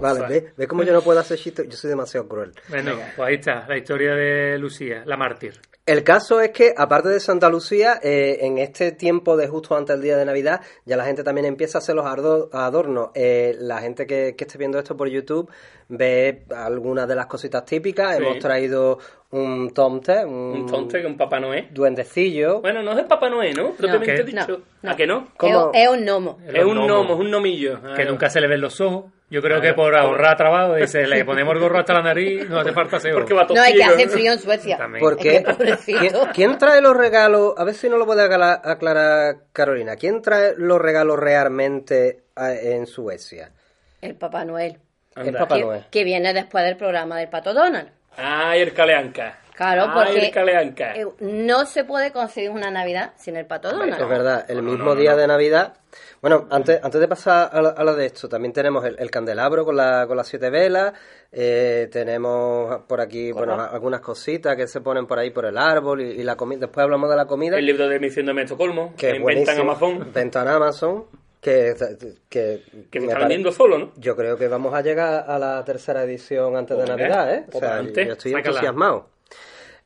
Speaker 2: vale, ¿ves ve cómo yo no puedo hacer chistes? Yo soy demasiado cruel.
Speaker 5: Bueno, pues ahí está, la historia de Lucía, la mártir.
Speaker 2: El caso es que, aparte de Santa Lucía, eh, en este tiempo de justo antes del día de Navidad, ya la gente también empieza a hacer los ardo- adornos. Eh, la gente que, que esté viendo esto por YouTube ve algunas de las cositas típicas.
Speaker 3: Sí.
Speaker 2: Hemos traído un tomte, un,
Speaker 3: Un tonte que un Papá Noel.
Speaker 2: duendecillo.
Speaker 3: Bueno, no es el Papá Noel, ¿no? Propiamente
Speaker 5: ¿Qué?
Speaker 3: dicho.
Speaker 4: No,
Speaker 3: ¿A que no?
Speaker 2: ¿Cómo?
Speaker 4: Es, es un gnomo.
Speaker 5: Era
Speaker 3: Es
Speaker 5: un
Speaker 3: un
Speaker 5: gnomo.
Speaker 3: gnomo, es un gnomillo.
Speaker 5: Que
Speaker 3: Ah,
Speaker 5: nunca se le ven los ojos. Yo creo que
Speaker 3: Claro.
Speaker 5: por ahorrar trabajo, dice, le ponemos el gorro hasta la nariz, no hace falta ese ojo.
Speaker 3: Porque va
Speaker 4: No, es que
Speaker 3: tosido,
Speaker 4: hace
Speaker 3: ¿no?
Speaker 4: frío en Suecia.
Speaker 5: También.
Speaker 2: ¿Por
Speaker 4: Es
Speaker 2: qué?
Speaker 4: que pobrecito.
Speaker 2: ¿Quién, quién trae los regalos? A ver si no lo puede acala- aclarar Carolina. ¿Quién trae los regalos realmente a- en Suecia?
Speaker 4: El Papá Noel.
Speaker 2: El
Speaker 3: Anda.
Speaker 2: Papá
Speaker 4: que,
Speaker 2: Noel.
Speaker 4: que viene después del programa del Pato Donald.
Speaker 3: Ay, el Caleanca.
Speaker 4: Claro,
Speaker 3: Ay,
Speaker 4: porque
Speaker 3: el Caleanca.
Speaker 4: eh, no se puede conseguir una Navidad sin el pato Donald.
Speaker 2: Es verdad, el mismo día de Navidad. Bueno, antes, antes de pasar a la, a la de esto, también tenemos el, el candelabro con, la, con las siete velas. eh, tenemos por aquí bueno, a- algunas cositas que se ponen por ahí por el árbol y, y la comida. Después hablamos de la comida.
Speaker 3: El libro de Misión de Estocolmo,
Speaker 2: que
Speaker 3: que
Speaker 2: es
Speaker 3: inventan
Speaker 2: buenísimo.
Speaker 3: Amazon,
Speaker 2: Venta en Amazon. Que, que,
Speaker 3: que
Speaker 2: me
Speaker 3: se está
Speaker 2: pare-
Speaker 3: vendiendo solo, ¿no?
Speaker 2: Yo creo que vamos a llegar a la tercera edición antes de
Speaker 3: Hombre,
Speaker 2: Navidad, ¿eh? O sea,
Speaker 3: obviamente.
Speaker 2: yo estoy
Speaker 5: Sácala.
Speaker 2: entusiasmado.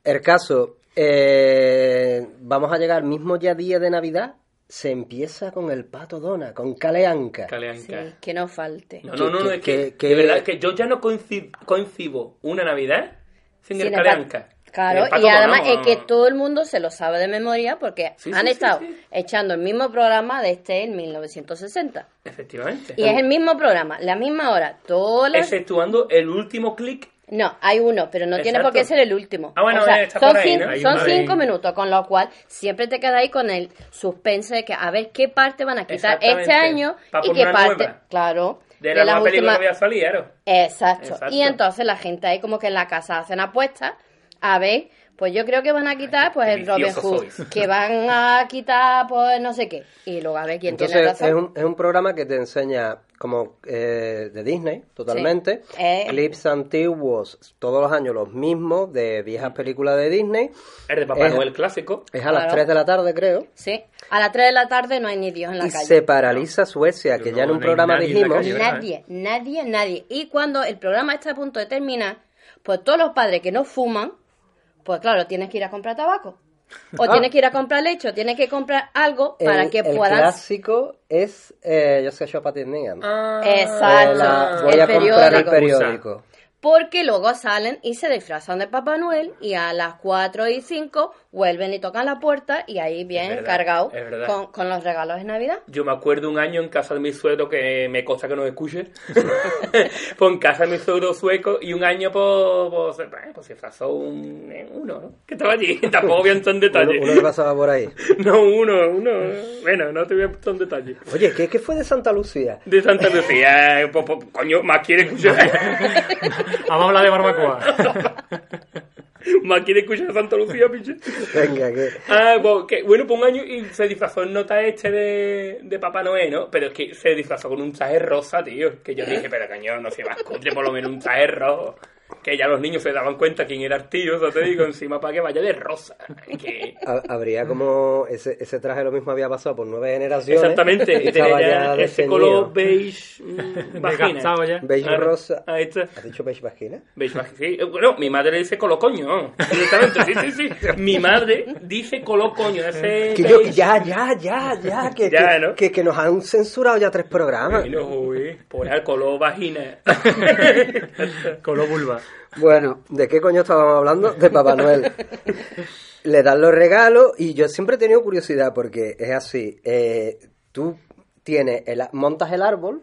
Speaker 2: El caso, eh, vamos a llegar al mismo ya día de Navidad, se empieza con el pato Dona, con Caleanca.
Speaker 4: Sí,
Speaker 3: Caleanca.
Speaker 4: que no falte.
Speaker 3: No, no, no,
Speaker 2: Que-
Speaker 3: no, es que,
Speaker 2: que- que-
Speaker 3: de verdad que yo ya no coincido, coincibo una Navidad sin, el
Speaker 4: Sin el
Speaker 3: Caleanca.
Speaker 4: pa- Claro,
Speaker 3: El Paco
Speaker 4: y además
Speaker 3: Donald,
Speaker 4: es que
Speaker 3: no.
Speaker 4: todo el mundo se lo sabe de memoria porque
Speaker 3: Sí,
Speaker 4: han
Speaker 3: sí, sí,
Speaker 4: estado
Speaker 3: sí.
Speaker 4: echando el mismo programa desde el 1960.
Speaker 3: Efectivamente.
Speaker 4: Y es el mismo programa, la misma hora, todas las...
Speaker 3: Exceptuando el último clic.
Speaker 4: No, hay uno, pero no tiene
Speaker 3: Exacto.
Speaker 4: por qué ser el último.
Speaker 3: Ah, bueno,
Speaker 4: O sea,
Speaker 3: está
Speaker 4: son,
Speaker 3: por ahí, ¿no?
Speaker 4: cin-
Speaker 5: Hay
Speaker 4: son
Speaker 5: una
Speaker 4: cinco
Speaker 5: ahí.
Speaker 4: minutos, con lo cual siempre te quedas ahí con el suspense de que a ver qué parte van a quitar este
Speaker 3: Exactamente.
Speaker 4: año
Speaker 3: Pa'
Speaker 4: y
Speaker 3: poner
Speaker 4: qué
Speaker 3: una
Speaker 4: parte,
Speaker 3: nueva.
Speaker 4: claro,
Speaker 3: De la
Speaker 4: las
Speaker 3: nueva película
Speaker 4: últimas-
Speaker 3: que voy a salir, claro.
Speaker 4: Exacto.
Speaker 3: Exacto.
Speaker 4: Y entonces la gente ahí como que en la casa hacen apuestas. A ver, pues yo creo que van a quitar pues el Robin
Speaker 3: viciosos
Speaker 4: Hood,
Speaker 3: sois.
Speaker 4: que van a quitar pues no sé qué. Y luego a ver quién tiene
Speaker 2: Entonces
Speaker 4: razón.
Speaker 2: es un, es un programa que te enseña como eh, de Disney, totalmente,
Speaker 4: Sí. Eh.
Speaker 2: clips antiguos, todos los años los mismos, de viejas películas de Disney.
Speaker 3: El de Papá
Speaker 2: Es-
Speaker 3: Noel clásico.
Speaker 2: Es a las
Speaker 4: Claro.
Speaker 2: 3 de la tarde, creo.
Speaker 4: Sí, a las 3 de la tarde no hay ni Dios en la
Speaker 2: Y
Speaker 4: calle.
Speaker 2: se paraliza Suecia, que
Speaker 5: No,
Speaker 2: ya en un
Speaker 5: no hay
Speaker 2: programa
Speaker 5: nadie en la
Speaker 2: dijimos...
Speaker 5: calle, ¿verdad?
Speaker 4: Nadie, nadie, nadie. Y cuando el programa está a punto de terminar, pues todos los padres que no fuman, pues claro, tienes que ir a comprar tabaco. O tienes que ir a comprar leche, o tienes que comprar algo para
Speaker 2: el,
Speaker 4: que
Speaker 2: el
Speaker 4: puedas...
Speaker 2: clásico es eh, Yo sé yo Negan.
Speaker 3: Ah.
Speaker 4: Exacto.
Speaker 2: La- voy
Speaker 4: Ah, el
Speaker 2: a comprar el
Speaker 4: periódico.
Speaker 2: periódico.
Speaker 4: Porque luego salen y se disfrazan de Papá Noel y a las 4 y 5 vuelven y tocan la puerta y ahí vienen
Speaker 3: verdad,
Speaker 4: cargados
Speaker 3: es verdad.
Speaker 4: con, con los regalos de Navidad.
Speaker 3: Yo me acuerdo un año en casa de mi suegro, que me consta que no escuche, pues en casa de mi suegro sueco, y un año pues, pues, eh, pues se pasó un, eh, uno, ¿no? Que estaba allí, tampoco voy a entrar en
Speaker 2: Uno,
Speaker 3: detalle.
Speaker 2: uno que pasaba por ahí.
Speaker 3: No, uno, uno. Bueno, no te voy a entrar en detalle.
Speaker 2: Oye, ¿qué, qué fue de Santa Lucía?
Speaker 3: De Santa Lucía, eh, po- po- coño, más quiere escuchar,
Speaker 5: Vamos a hablar de barbacoa.
Speaker 3: más quiere escuchar a Santa Lucía, pinche.
Speaker 2: Venga, que...
Speaker 3: Ah, pues, que- bueno, pues un año y se disfrazó en nota este de, de Papá Noé, ¿no? Pero es que se disfrazó con un traje rosa, tío. Que yo dije, pero cañón, no se va a cutre por lo menos un traje rojo. Que ya los niños se daban cuenta quién era el tío, eso te digo, encima para que vaya de rosa. Que...
Speaker 2: ha- Habría como... Ese, ese traje lo mismo había pasado por nueve generaciones.
Speaker 3: Exactamente,
Speaker 2: Y
Speaker 3: y
Speaker 2: estaba
Speaker 3: tenía
Speaker 2: ya
Speaker 3: ya ese
Speaker 2: definido.
Speaker 3: color beige mm, vagina.
Speaker 5: Desgastado ya.
Speaker 2: Beige
Speaker 3: Claro,
Speaker 2: rosa.
Speaker 3: Ahí está.
Speaker 2: ¿Has dicho beige vagina?
Speaker 3: ¿Veis? Sí, eh, Bueno, mi madre le dice colo coño. Directamente, sí, sí, sí. Mi madre dice colo coño. Ese
Speaker 2: Que yo,
Speaker 3: beige.
Speaker 2: ya, ya, ya, ya, que,
Speaker 3: Ya,
Speaker 2: que,
Speaker 3: ¿no?
Speaker 2: que, que nos han censurado ya tres programas.
Speaker 3: Ay, no, uy, por el color vagina.
Speaker 5: Color vulva.
Speaker 2: Bueno, ¿de qué coño estábamos hablando? De Papá Noel. Le dan los regalos y yo siempre he tenido curiosidad porque es así. eh, tú tienes el a- montas el árbol.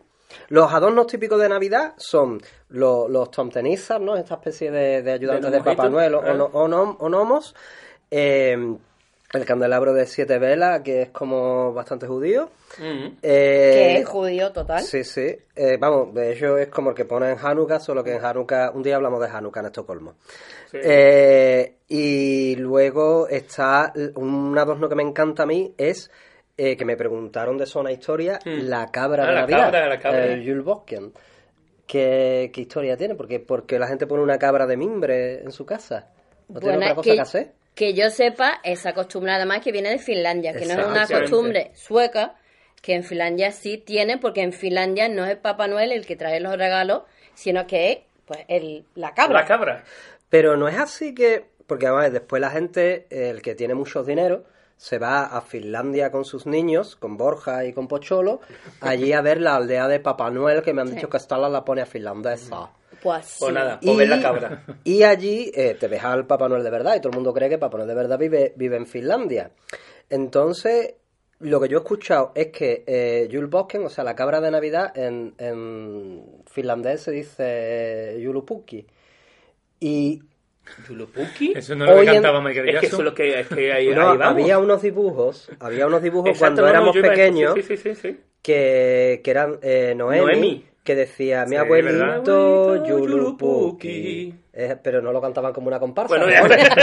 Speaker 2: Los adornos típicos de Navidad son los, los tomtenizas, ¿no? Esta especie de, de ayudantes de,
Speaker 3: De gnomojitos,
Speaker 2: Papá Noel o,
Speaker 3: ah.
Speaker 2: no- o nom- o gnomos. eh, el candelabro de siete velas, que es como bastante judío.
Speaker 3: Mm.
Speaker 2: eh,
Speaker 4: que es judío total.
Speaker 2: Sí, sí. Eh, vamos, de hecho es como el que pone en Hanukkah, solo que en Hanukkah, un día hablamos de Hanukkah en Estocolmo.
Speaker 3: Sí.
Speaker 2: Eh, y luego está l- un adorno que me encanta a mí, es eh, que me preguntaron de zona historia,
Speaker 3: Mm.
Speaker 2: la cabra
Speaker 3: Ah,
Speaker 2: de
Speaker 3: la
Speaker 2: Navidad,
Speaker 3: cabra, la cabra.
Speaker 2: el Jules Boskin. ¿Qué, qué historia tiene? Porque porque la gente pone una cabra de mimbre en su casa? ¿No tiene
Speaker 4: Bueno,
Speaker 2: otra
Speaker 4: es
Speaker 2: cosa que, hacer?
Speaker 4: que yo sepa, esa costumbre además que viene de Finlandia, que no es una
Speaker 3: Exactamente.
Speaker 4: costumbre sueca, que en Finlandia sí tiene, porque en Finlandia no es Papá Noel el que trae los regalos, sino que es pues, el, la cabra.
Speaker 3: La cabra.
Speaker 2: Pero no es así que, porque además después la gente, el que tiene muchos dinero, se va a Finlandia con sus niños, con Borja y con Pocholo, allí a ver la aldea de Papá Noel, que me han dicho que Stala la pone a finlandesa.
Speaker 4: Pues sí.
Speaker 3: Pues nada, pues ver la cabra.
Speaker 2: y allí eh, te ves al Papá Noel de verdad, y todo el mundo cree que Papá Noel de verdad vive, vive en Finlandia. Entonces, lo que yo he escuchado es que eh, Julbosken, o sea, la cabra de Navidad, en, en finlandés se dice eh, Julupukki. Y
Speaker 3: ¿Yulupuki?
Speaker 5: Eso no es lo
Speaker 2: Hoy
Speaker 5: que
Speaker 2: en-
Speaker 5: cantaba
Speaker 3: Es
Speaker 5: Michael
Speaker 3: que
Speaker 5: Jackson.
Speaker 3: eso es lo que, es que ahí,
Speaker 2: No,
Speaker 3: ahí vamos.
Speaker 2: había unos dibujos, había unos dibujos cuando
Speaker 3: Exacto, no, no,
Speaker 2: éramos
Speaker 3: yo iba a-
Speaker 2: pequeños
Speaker 3: Sí, sí, sí, sí.
Speaker 2: que, que eran eh, Noemi,
Speaker 3: Noemi. Sí,
Speaker 2: abuelito,
Speaker 3: ¿verdad?
Speaker 2: Yulupuki.
Speaker 3: Yulupuki.
Speaker 2: Eh, pero no lo cantaban como una comparsa.
Speaker 3: Bueno,
Speaker 2: ¿no?
Speaker 3: ya.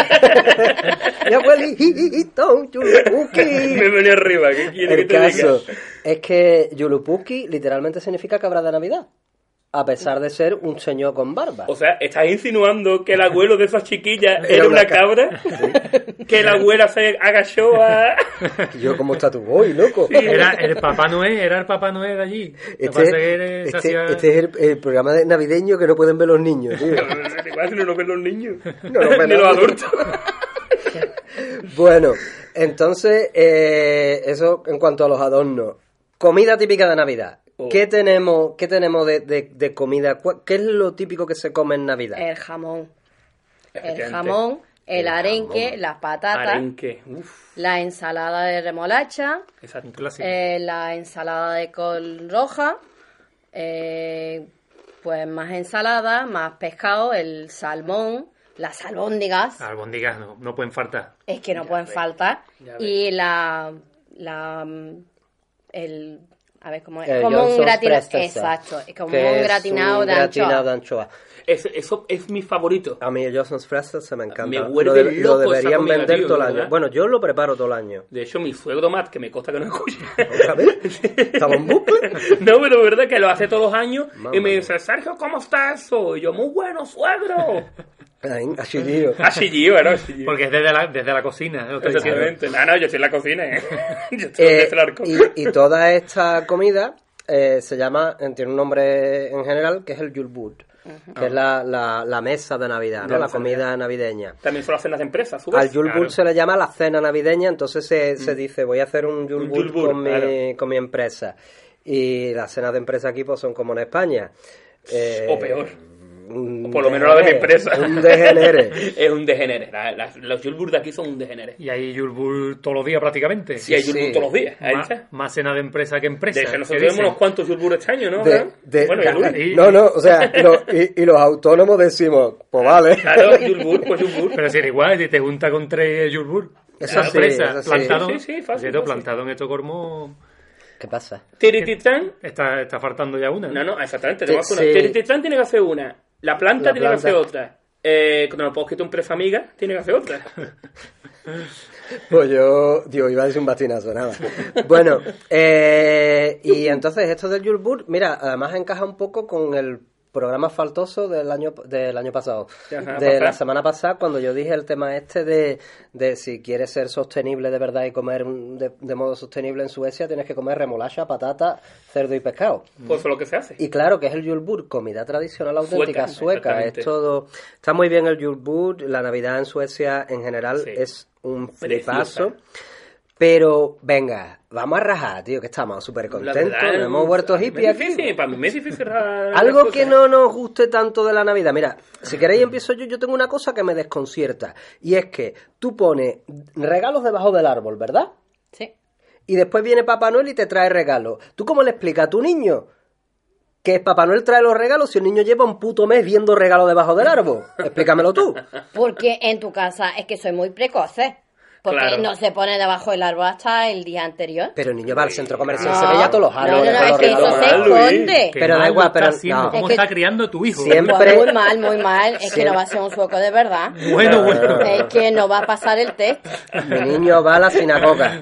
Speaker 2: mi abuelito, Yulupuki.
Speaker 3: Me venía arriba, ¿qué quiere que
Speaker 2: El
Speaker 3: te diga?
Speaker 2: caso es que Yulupuki literalmente significa cabra de Navidad, a pesar de ser un señor con barba.
Speaker 3: O sea, ¿estás insinuando que el abuelo de esa chiquilla era,
Speaker 2: Era una
Speaker 3: una cabra? ¿Que la abuela se agachó a...?
Speaker 2: Yo como está tu boy, loco.
Speaker 5: Era el Papá Noel, era el Papá Noel de allí. Lo que
Speaker 2: Este,
Speaker 5: pasa que era- se
Speaker 2: este-
Speaker 5: hacía-
Speaker 2: este es el, el programa de navideño que no pueden ver los niños, tío.
Speaker 3: Igual no lo ven los niños,
Speaker 2: No lo ven
Speaker 3: ni los
Speaker 2: los niños.
Speaker 3: adultos.
Speaker 2: Bueno, entonces, eh, eso en cuanto a los adornos. Comida típica de Navidad.
Speaker 3: Oh.
Speaker 2: ¿Qué tenemos, qué tenemos de, de- de comida? ¿Cuál- ¿Qué es lo típico que se come en Navidad?
Speaker 4: El jamón. El
Speaker 3: Efectivamente.
Speaker 4: jamón, el,
Speaker 2: El
Speaker 4: arenque,
Speaker 2: jamón.
Speaker 4: las patatas,
Speaker 3: Arenque, uf,
Speaker 4: la ensalada de remolacha,
Speaker 5: un
Speaker 3: exacto.
Speaker 5: clásico.
Speaker 4: eh, la ensalada de col roja, eh, pues más ensalada, más pescado, el salmón, las albóndigas,
Speaker 5: Ah, Albóndigas no, no pueden faltar.
Speaker 4: es que no pueden faltar,
Speaker 3: ya
Speaker 4: y la, la, mm, el, a ver cómo es,
Speaker 2: Eh,
Speaker 4: como un
Speaker 2: Johnson's
Speaker 4: gratinado,
Speaker 2: Pretzel,
Speaker 4: exacto, es como
Speaker 2: que
Speaker 4: un
Speaker 2: es
Speaker 4: gratinado de
Speaker 2: gratinado
Speaker 4: anchoa.
Speaker 2: de anchoa.
Speaker 3: Es- eso es mi favorito.
Speaker 2: A mí el Johnson's Pretzel se me encanta.
Speaker 3: Me vuelve
Speaker 2: lo, de- lo
Speaker 3: loco esa
Speaker 2: deberían
Speaker 3: comida,
Speaker 2: vender
Speaker 3: tío,
Speaker 2: todo el
Speaker 3: ¿no?
Speaker 2: año.
Speaker 3: ¿verdad?
Speaker 2: Bueno, yo lo preparo todo el año.
Speaker 3: De hecho, mi suegro Matt, que me consta que no escucha.
Speaker 2: ¿Otra vez? ¿Estamos en bucle?
Speaker 3: No, pero es verdad que lo hace todos los años
Speaker 2: Mamma
Speaker 3: y me
Speaker 2: mia.
Speaker 3: dice, Sergio, ¿cómo está eso? Y yo, muy bueno, suegro.
Speaker 2: Ay, así digo.
Speaker 3: Así lleva, ¿no? Así lleva.
Speaker 5: Porque es desde la, desde la cocina. Lo estoy diciendo.
Speaker 3: Exactamente. No, no, yo estoy en la cocina, ¿eh? Yo estoy
Speaker 2: Eh,
Speaker 3: desde el arco.
Speaker 2: y, y toda esta comida eh, se llama, eh, tiene un nombre en general, que es el Yulbut, que es la, la, la mesa de Navidad, ¿no?
Speaker 3: Ya,
Speaker 2: la
Speaker 3: la
Speaker 2: comida navideña.
Speaker 3: También son las cenas de empresa, ¿subes?
Speaker 2: Al Yulbut
Speaker 5: claro.
Speaker 2: se le llama la cena navideña, entonces se, se dice, voy a hacer un Yulbut,
Speaker 3: Mm. Yulbut,
Speaker 2: con, mi,
Speaker 3: claro.
Speaker 2: con mi empresa. Y las cenas de empresa aquí pues, son como en España. Eh,
Speaker 3: O peor.
Speaker 2: un
Speaker 3: O por lo menos la de mi
Speaker 2: degenere,
Speaker 3: empresa.
Speaker 2: Un degenere.
Speaker 3: es un degenere. La- la- los Yulbur de aquí son un degenere.
Speaker 5: Y hay Yulbur todos los días prácticamente.
Speaker 3: Sí, hay
Speaker 2: sí.
Speaker 3: Yulbur todos los días. Ahí
Speaker 5: más,
Speaker 3: está.
Speaker 5: más cena de empresa que empresa.
Speaker 3: De hecho, nosotros
Speaker 5: ¿qué
Speaker 3: tenemos
Speaker 5: dicen?
Speaker 3: unos cuantos Yulbur este año, ¿no?
Speaker 2: De-
Speaker 3: Abraham?
Speaker 2: de-
Speaker 3: bueno, Yulbur.
Speaker 5: y-
Speaker 2: no, no, o sea, lo- y, y los autónomos decimos, pues vale.
Speaker 3: Claro, Yulbur, pues Yulbur.
Speaker 5: Pero si era igual, si te junta con tres Yulbur.
Speaker 2: Eso
Speaker 5: Cada
Speaker 2: sí,
Speaker 5: empresa,
Speaker 2: eso sí.
Speaker 5: plantado,
Speaker 3: Sí, sí, sí, fácil,
Speaker 5: cierto,
Speaker 3: fácil.
Speaker 5: plantado en Estocolmo
Speaker 2: ¿Qué pasa?
Speaker 3: Tirititán.
Speaker 5: está, está faltando ya una.
Speaker 3: No, no,
Speaker 2: Sí,
Speaker 3: exactamente. Tenemos una.
Speaker 2: sí.
Speaker 3: Tirititán tiene que hacer una. La planta
Speaker 2: La
Speaker 3: tiene que hacer
Speaker 2: planta.
Speaker 3: otra. Eh, cuando puedo quitar un presa amiga, tiene que hacer otra.
Speaker 2: Pues yo, digo, iba a decir un batinazo, nada. Bueno, eh, y entonces esto del Yulbur, mira, además encaja un poco con el programa faltoso del año del año pasado,
Speaker 3: La semana
Speaker 2: de la
Speaker 3: pasada.
Speaker 2: semana pasada cuando yo dije el tema este de, de si quieres ser sostenible de verdad y comer un- de, de modo sostenible en Suecia tienes que comer remolacha, patata, cerdo y pescado.
Speaker 3: Pues eso es lo que se hace.
Speaker 2: Y claro, que es el Yulbur, comida tradicional auténtica
Speaker 3: Sueca,
Speaker 2: sueca.
Speaker 3: exactamente.
Speaker 2: Es todo. Está muy bien el Yulbur. La Navidad en Suecia en general
Speaker 3: Sí.
Speaker 2: es un
Speaker 3: Preciosa.
Speaker 2: flipazo. Pero venga, vamos a rajar, tío, que estamos súper
Speaker 3: La
Speaker 2: contentos.
Speaker 3: verdad,
Speaker 2: nos hemos vuelto
Speaker 3: a mí
Speaker 2: hippies
Speaker 3: es
Speaker 2: aquí.
Speaker 3: difícil, Para mí me es difícil. rajar las
Speaker 2: Algo
Speaker 3: cosas.
Speaker 2: que no nos guste tanto de la Navidad. Mira, si queréis empiezo yo. Yo tengo una cosa que me desconcierta. Y es que tú pones regalos debajo del árbol, ¿verdad?
Speaker 4: Sí.
Speaker 2: Y después viene Papá Noel y te trae regalos. ¿Tú cómo le explicas a tu niño que Papá Noel trae los regalos si el niño lleva un puto mes viendo regalos debajo del árbol? Explícamelo tú.
Speaker 4: Porque en tu casa es que soy muy precoz, ¿eh? Porque
Speaker 3: Claro.
Speaker 4: no se pone debajo del árbol hasta el día anterior.
Speaker 2: Pero el niño va al centro comercial,
Speaker 4: No,
Speaker 2: se ve ya todos los
Speaker 4: no,
Speaker 2: halos
Speaker 4: no, no,
Speaker 2: debajo de
Speaker 4: es
Speaker 2: los
Speaker 4: que eso
Speaker 2: regalos.
Speaker 4: se
Speaker 3: Mal, Luis.
Speaker 4: esconde.
Speaker 5: Qué
Speaker 2: Pero da
Speaker 5: mal
Speaker 2: igual,
Speaker 5: lo está
Speaker 2: pero-
Speaker 5: haciendo,
Speaker 2: no.
Speaker 5: ¿Cómo
Speaker 4: Es que-
Speaker 5: está criando tu hijo?
Speaker 2: Siempre-
Speaker 4: Pues muy mal, muy mal. Es que
Speaker 2: Sí.
Speaker 4: no va a ser un sueco de verdad.
Speaker 5: Bueno, bueno.
Speaker 4: Es que no va a pasar el test.
Speaker 2: Mi niño va a la sinagoga.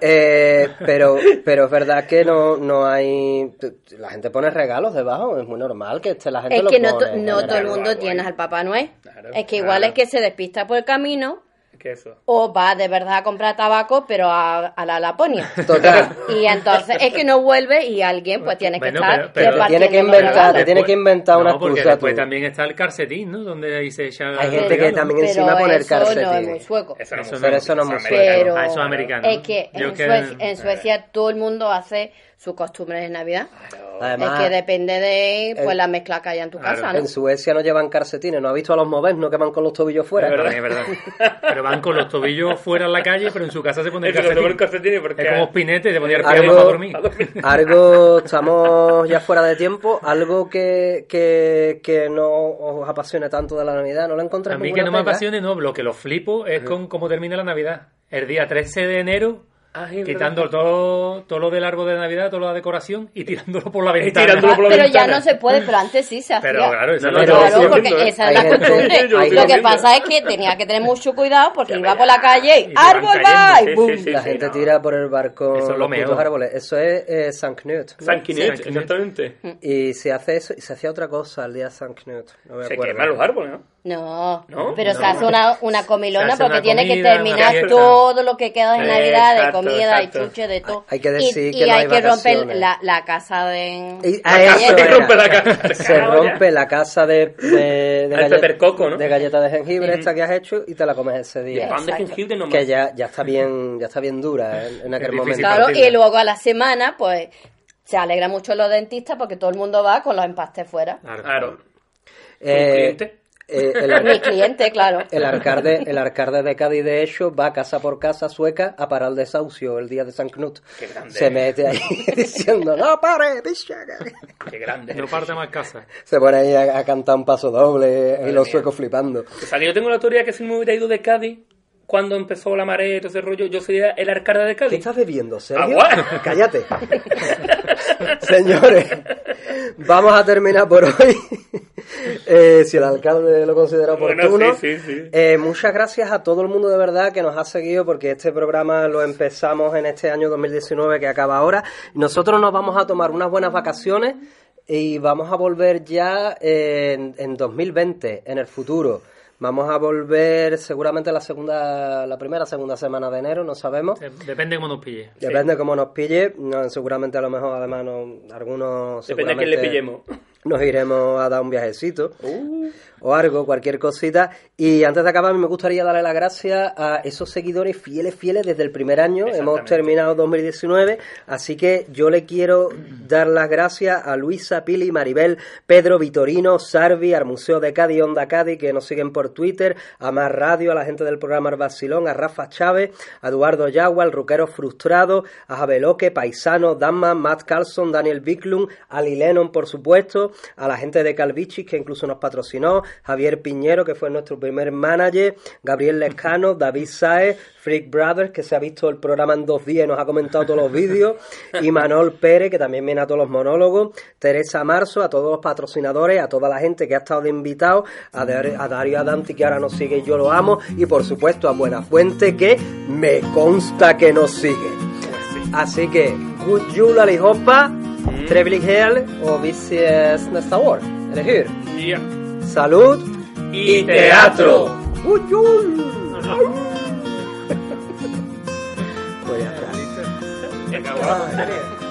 Speaker 2: Eh, pero, pero es verdad que no, no hay. La gente pone regalos debajo, es muy normal que este- la gente
Speaker 4: Es
Speaker 2: lo
Speaker 4: que no, to-
Speaker 2: pone, en
Speaker 4: no todo el
Speaker 2: general.
Speaker 4: mundo tiene al Papá Noel.
Speaker 3: Claro,
Speaker 4: Es que igual
Speaker 3: claro.
Speaker 4: es que se despista por el camino
Speaker 3: Que eso.
Speaker 4: o va de verdad a comprar tabaco, pero a, a la Laponia.
Speaker 2: Total.
Speaker 4: Y entonces es que no vuelve y alguien pues tiene que
Speaker 5: Bueno,
Speaker 4: estar
Speaker 5: pero- pero-
Speaker 4: repartiendo
Speaker 2: Tiene que
Speaker 4: los
Speaker 2: inventar,
Speaker 4: regalos.
Speaker 2: te tiene que inventar una
Speaker 5: no, porque
Speaker 2: excusa
Speaker 5: después
Speaker 2: tú.
Speaker 5: también está el calcetín, ¿no? Donde ahí se echa...
Speaker 2: Hay
Speaker 5: el
Speaker 2: gente que
Speaker 5: regalo.
Speaker 2: también
Speaker 4: Pero
Speaker 2: encima pone el
Speaker 4: eso no es
Speaker 2: calcetín.
Speaker 4: muy sueco.
Speaker 3: no
Speaker 5: Eso
Speaker 3: es
Speaker 5: no-
Speaker 3: muy-
Speaker 2: eso no es muy
Speaker 3: americano.
Speaker 4: Pero
Speaker 5: Ah, eso es americano.
Speaker 4: es que,
Speaker 5: Yo
Speaker 4: en,
Speaker 5: que-
Speaker 4: Suecia, en Suecia todo el mundo hace sus costumbres de Navidad.
Speaker 2: Además,
Speaker 4: es que depende de pues,
Speaker 2: el-
Speaker 4: la mezcla que haya en tu
Speaker 5: Claro.
Speaker 4: casa, ¿no?
Speaker 2: En Suecia no llevan calcetines, no ha visto a los moves, no que van con los tobillos fuera.
Speaker 3: Es verdad.
Speaker 5: También es verdad. Pero van con los tobillos fuera en la calle, pero en su casa se pone el
Speaker 3: Es que se pone el
Speaker 5: calcetín.
Speaker 3: calcetín porque...
Speaker 5: Es como espinete, te ponía el pijama para
Speaker 2: Algo,
Speaker 5: dormir.
Speaker 2: algo, estamos ya fuera de tiempo, algo que, que, que no os apasiona tanto de la Navidad, no lo encontráis
Speaker 5: A mí que
Speaker 2: ninguna
Speaker 5: no me
Speaker 2: pega?
Speaker 5: apasione, no, lo que lo flipo es con cómo termina la Navidad. El día 13 de enero
Speaker 3: Ah, sí,
Speaker 5: Quitando
Speaker 3: ¿verdad?
Speaker 5: todo, todo lo del árbol de Navidad, toda la decoración y tirándolo por la ventana.
Speaker 3: tirándolo por la
Speaker 4: pero ya
Speaker 3: ventana.
Speaker 4: no se puede, pero antes sí se hacía.
Speaker 5: Pero claro, eso
Speaker 3: No,
Speaker 5: no
Speaker 3: no,
Speaker 5: lo
Speaker 3: no,
Speaker 5: hacía.
Speaker 4: Claro,
Speaker 3: sigo
Speaker 4: porque
Speaker 3: viendo, ¿eh?
Speaker 4: esa es
Speaker 2: Hay
Speaker 4: la
Speaker 2: gente-
Speaker 4: costumbre.
Speaker 3: yo lo sigo
Speaker 4: Lo que
Speaker 2: viendo.
Speaker 4: pasa es que tenía que tener mucho cuidado porque
Speaker 3: Ya
Speaker 4: iba
Speaker 3: verás.
Speaker 4: por la calle
Speaker 5: Y
Speaker 4: y
Speaker 5: te van
Speaker 4: ¡árbol
Speaker 5: cayendo,
Speaker 4: va!
Speaker 5: sí,
Speaker 4: y ¡boom!
Speaker 3: sí,
Speaker 2: La
Speaker 3: sí,
Speaker 2: gente
Speaker 3: no.
Speaker 2: tira por el barco
Speaker 5: Eso es lo
Speaker 2: los putos
Speaker 5: mejor.
Speaker 2: árboles. Eso es eh, San Knut. ¿no?
Speaker 3: San Quinet,
Speaker 5: San Quinet.
Speaker 3: exactamente.
Speaker 2: Y se hace eso y se hacía otra cosa el día de San Knut. No me
Speaker 3: Se
Speaker 2: acuerdo.
Speaker 3: queman los árboles, ¿no?
Speaker 4: No,
Speaker 3: ¿No?
Speaker 4: pero se
Speaker 5: No.
Speaker 4: hace una, una comilona
Speaker 5: Se hace
Speaker 4: porque
Speaker 5: una
Speaker 4: tiene que
Speaker 5: comida, una
Speaker 4: terminar
Speaker 5: fiesta.
Speaker 4: todo lo que queda en Navidad de
Speaker 3: Exacto,
Speaker 4: comida
Speaker 3: exacto.
Speaker 4: y chuche de todo.
Speaker 2: Hay que
Speaker 4: Y-
Speaker 2: decir
Speaker 4: y,
Speaker 2: que no
Speaker 4: hay
Speaker 2: hay
Speaker 4: que romper
Speaker 2: vacaciones.
Speaker 4: la, la casa de...
Speaker 2: Y-
Speaker 3: La
Speaker 2: ah,
Speaker 3: casa,
Speaker 2: eso
Speaker 3: se
Speaker 2: era.
Speaker 3: rompe la casa.
Speaker 2: Se rompe la casa de, de, de,
Speaker 3: Al pepercoco, ¿no?
Speaker 2: de galleta de jengibre esta que has hecho y te la comes ese
Speaker 3: Y el
Speaker 2: día.
Speaker 3: pan de
Speaker 4: Exacto.
Speaker 3: jengibre no
Speaker 2: Que ya, ya está bien, ya está bien dura ¿eh? en, en aquel
Speaker 5: difícil
Speaker 2: momento.
Speaker 5: para
Speaker 4: Claro,
Speaker 5: partirla.
Speaker 4: y luego a la semana, pues, se alegra mucho los dentistas porque todo el mundo va con los empastes fuera.
Speaker 5: Claro.
Speaker 3: Claro.
Speaker 2: Eh,
Speaker 3: cliente?
Speaker 2: eh, el,
Speaker 4: Mi
Speaker 2: ar-
Speaker 4: cliente, claro.
Speaker 2: el alcalde, el alcalde de Cádiz, de hecho, va casa por casa sueca a parar el desahucio el día de San Knut.
Speaker 3: Qué grande.
Speaker 2: Se mete ahí diciendo, no pare, picha.
Speaker 3: Qué grande.
Speaker 5: No parte más casa.
Speaker 2: Se pone ahí a, a cantar un paso doble y los suecos flipando.
Speaker 3: O sea, que yo tengo la teoría que si me hubiera ido de Cádiz cuando empezó la marea y todo ese rollo, yo sería el arcada de
Speaker 2: ¿Qué
Speaker 3: Cádiz.
Speaker 2: estás bebiendo, Sergio?
Speaker 3: Agua.
Speaker 2: Cállate. Señores, vamos a terminar por hoy. Eh, si el alcalde lo considera
Speaker 3: Bueno,
Speaker 2: oportuno.
Speaker 3: sí, sí, sí.
Speaker 2: Eh, muchas gracias a todo el mundo de verdad que nos ha seguido porque este programa lo empezamos en este año 2019 que acaba ahora. Nosotros nos vamos a tomar unas buenas vacaciones y vamos a volver ya en, en 2020, en el futuro. Vamos a volver seguramente la segunda, la primera, segunda semana de enero, no sabemos.
Speaker 5: Eh, Depende cómo nos pille.
Speaker 2: Depende de cómo nos pille, no, seguramente a lo mejor además no, algunos
Speaker 3: Depende a quién le
Speaker 2: seguramente
Speaker 3: pillemos.
Speaker 2: nos iremos a dar un viajecito o algo, cualquier cosita. Y antes de acabar me gustaría darle las gracias a esos seguidores fieles, fieles desde el primer año. Hemos
Speaker 3: Exactamente.
Speaker 2: terminado 2019, así que yo le quiero dar las gracias a Luisa, Pili, Maribel, Pedro, Vitorino, Sarvi, al Museo de Cádiz, Onda Cádiz, que nos siguen por Twitter, a Más Radio, a la gente del programa El Basilón, a Rafa Chávez, a Eduardo Yagua, al Ruquero Frustrado, a Jabeloque, Paisano, Damman, Matt Carlson, Daniel Bicklund, a Lee Lennon, por supuesto, a la gente de Calvichis, que incluso nos patrocinó, Javier Piñero, que fue nuestro primer manager, Gabriel Lescano, David Saez, Freak Brothers, que se ha visto el programa en dos días y nos ha comentado todos los vídeos, y Manol Pérez, que también viene a todos los monólogos, Teresa Marzo, a todos los patrocinadores, a toda la gente que ha estado de invitado, a, Dar- a Dario Adanti, que ahora nos sigue y yo lo amo, y por supuesto a Buenafuente, que me consta que nos sigue. Así que, good jul allihopa,
Speaker 3: Mm.
Speaker 2: trevlig helg och vi ses nästa år, eller hur?
Speaker 3: Ya.
Speaker 2: Salud!
Speaker 3: Y teatro.
Speaker 2: Good jul! Börja prata.
Speaker 3: Se acabó la tontería.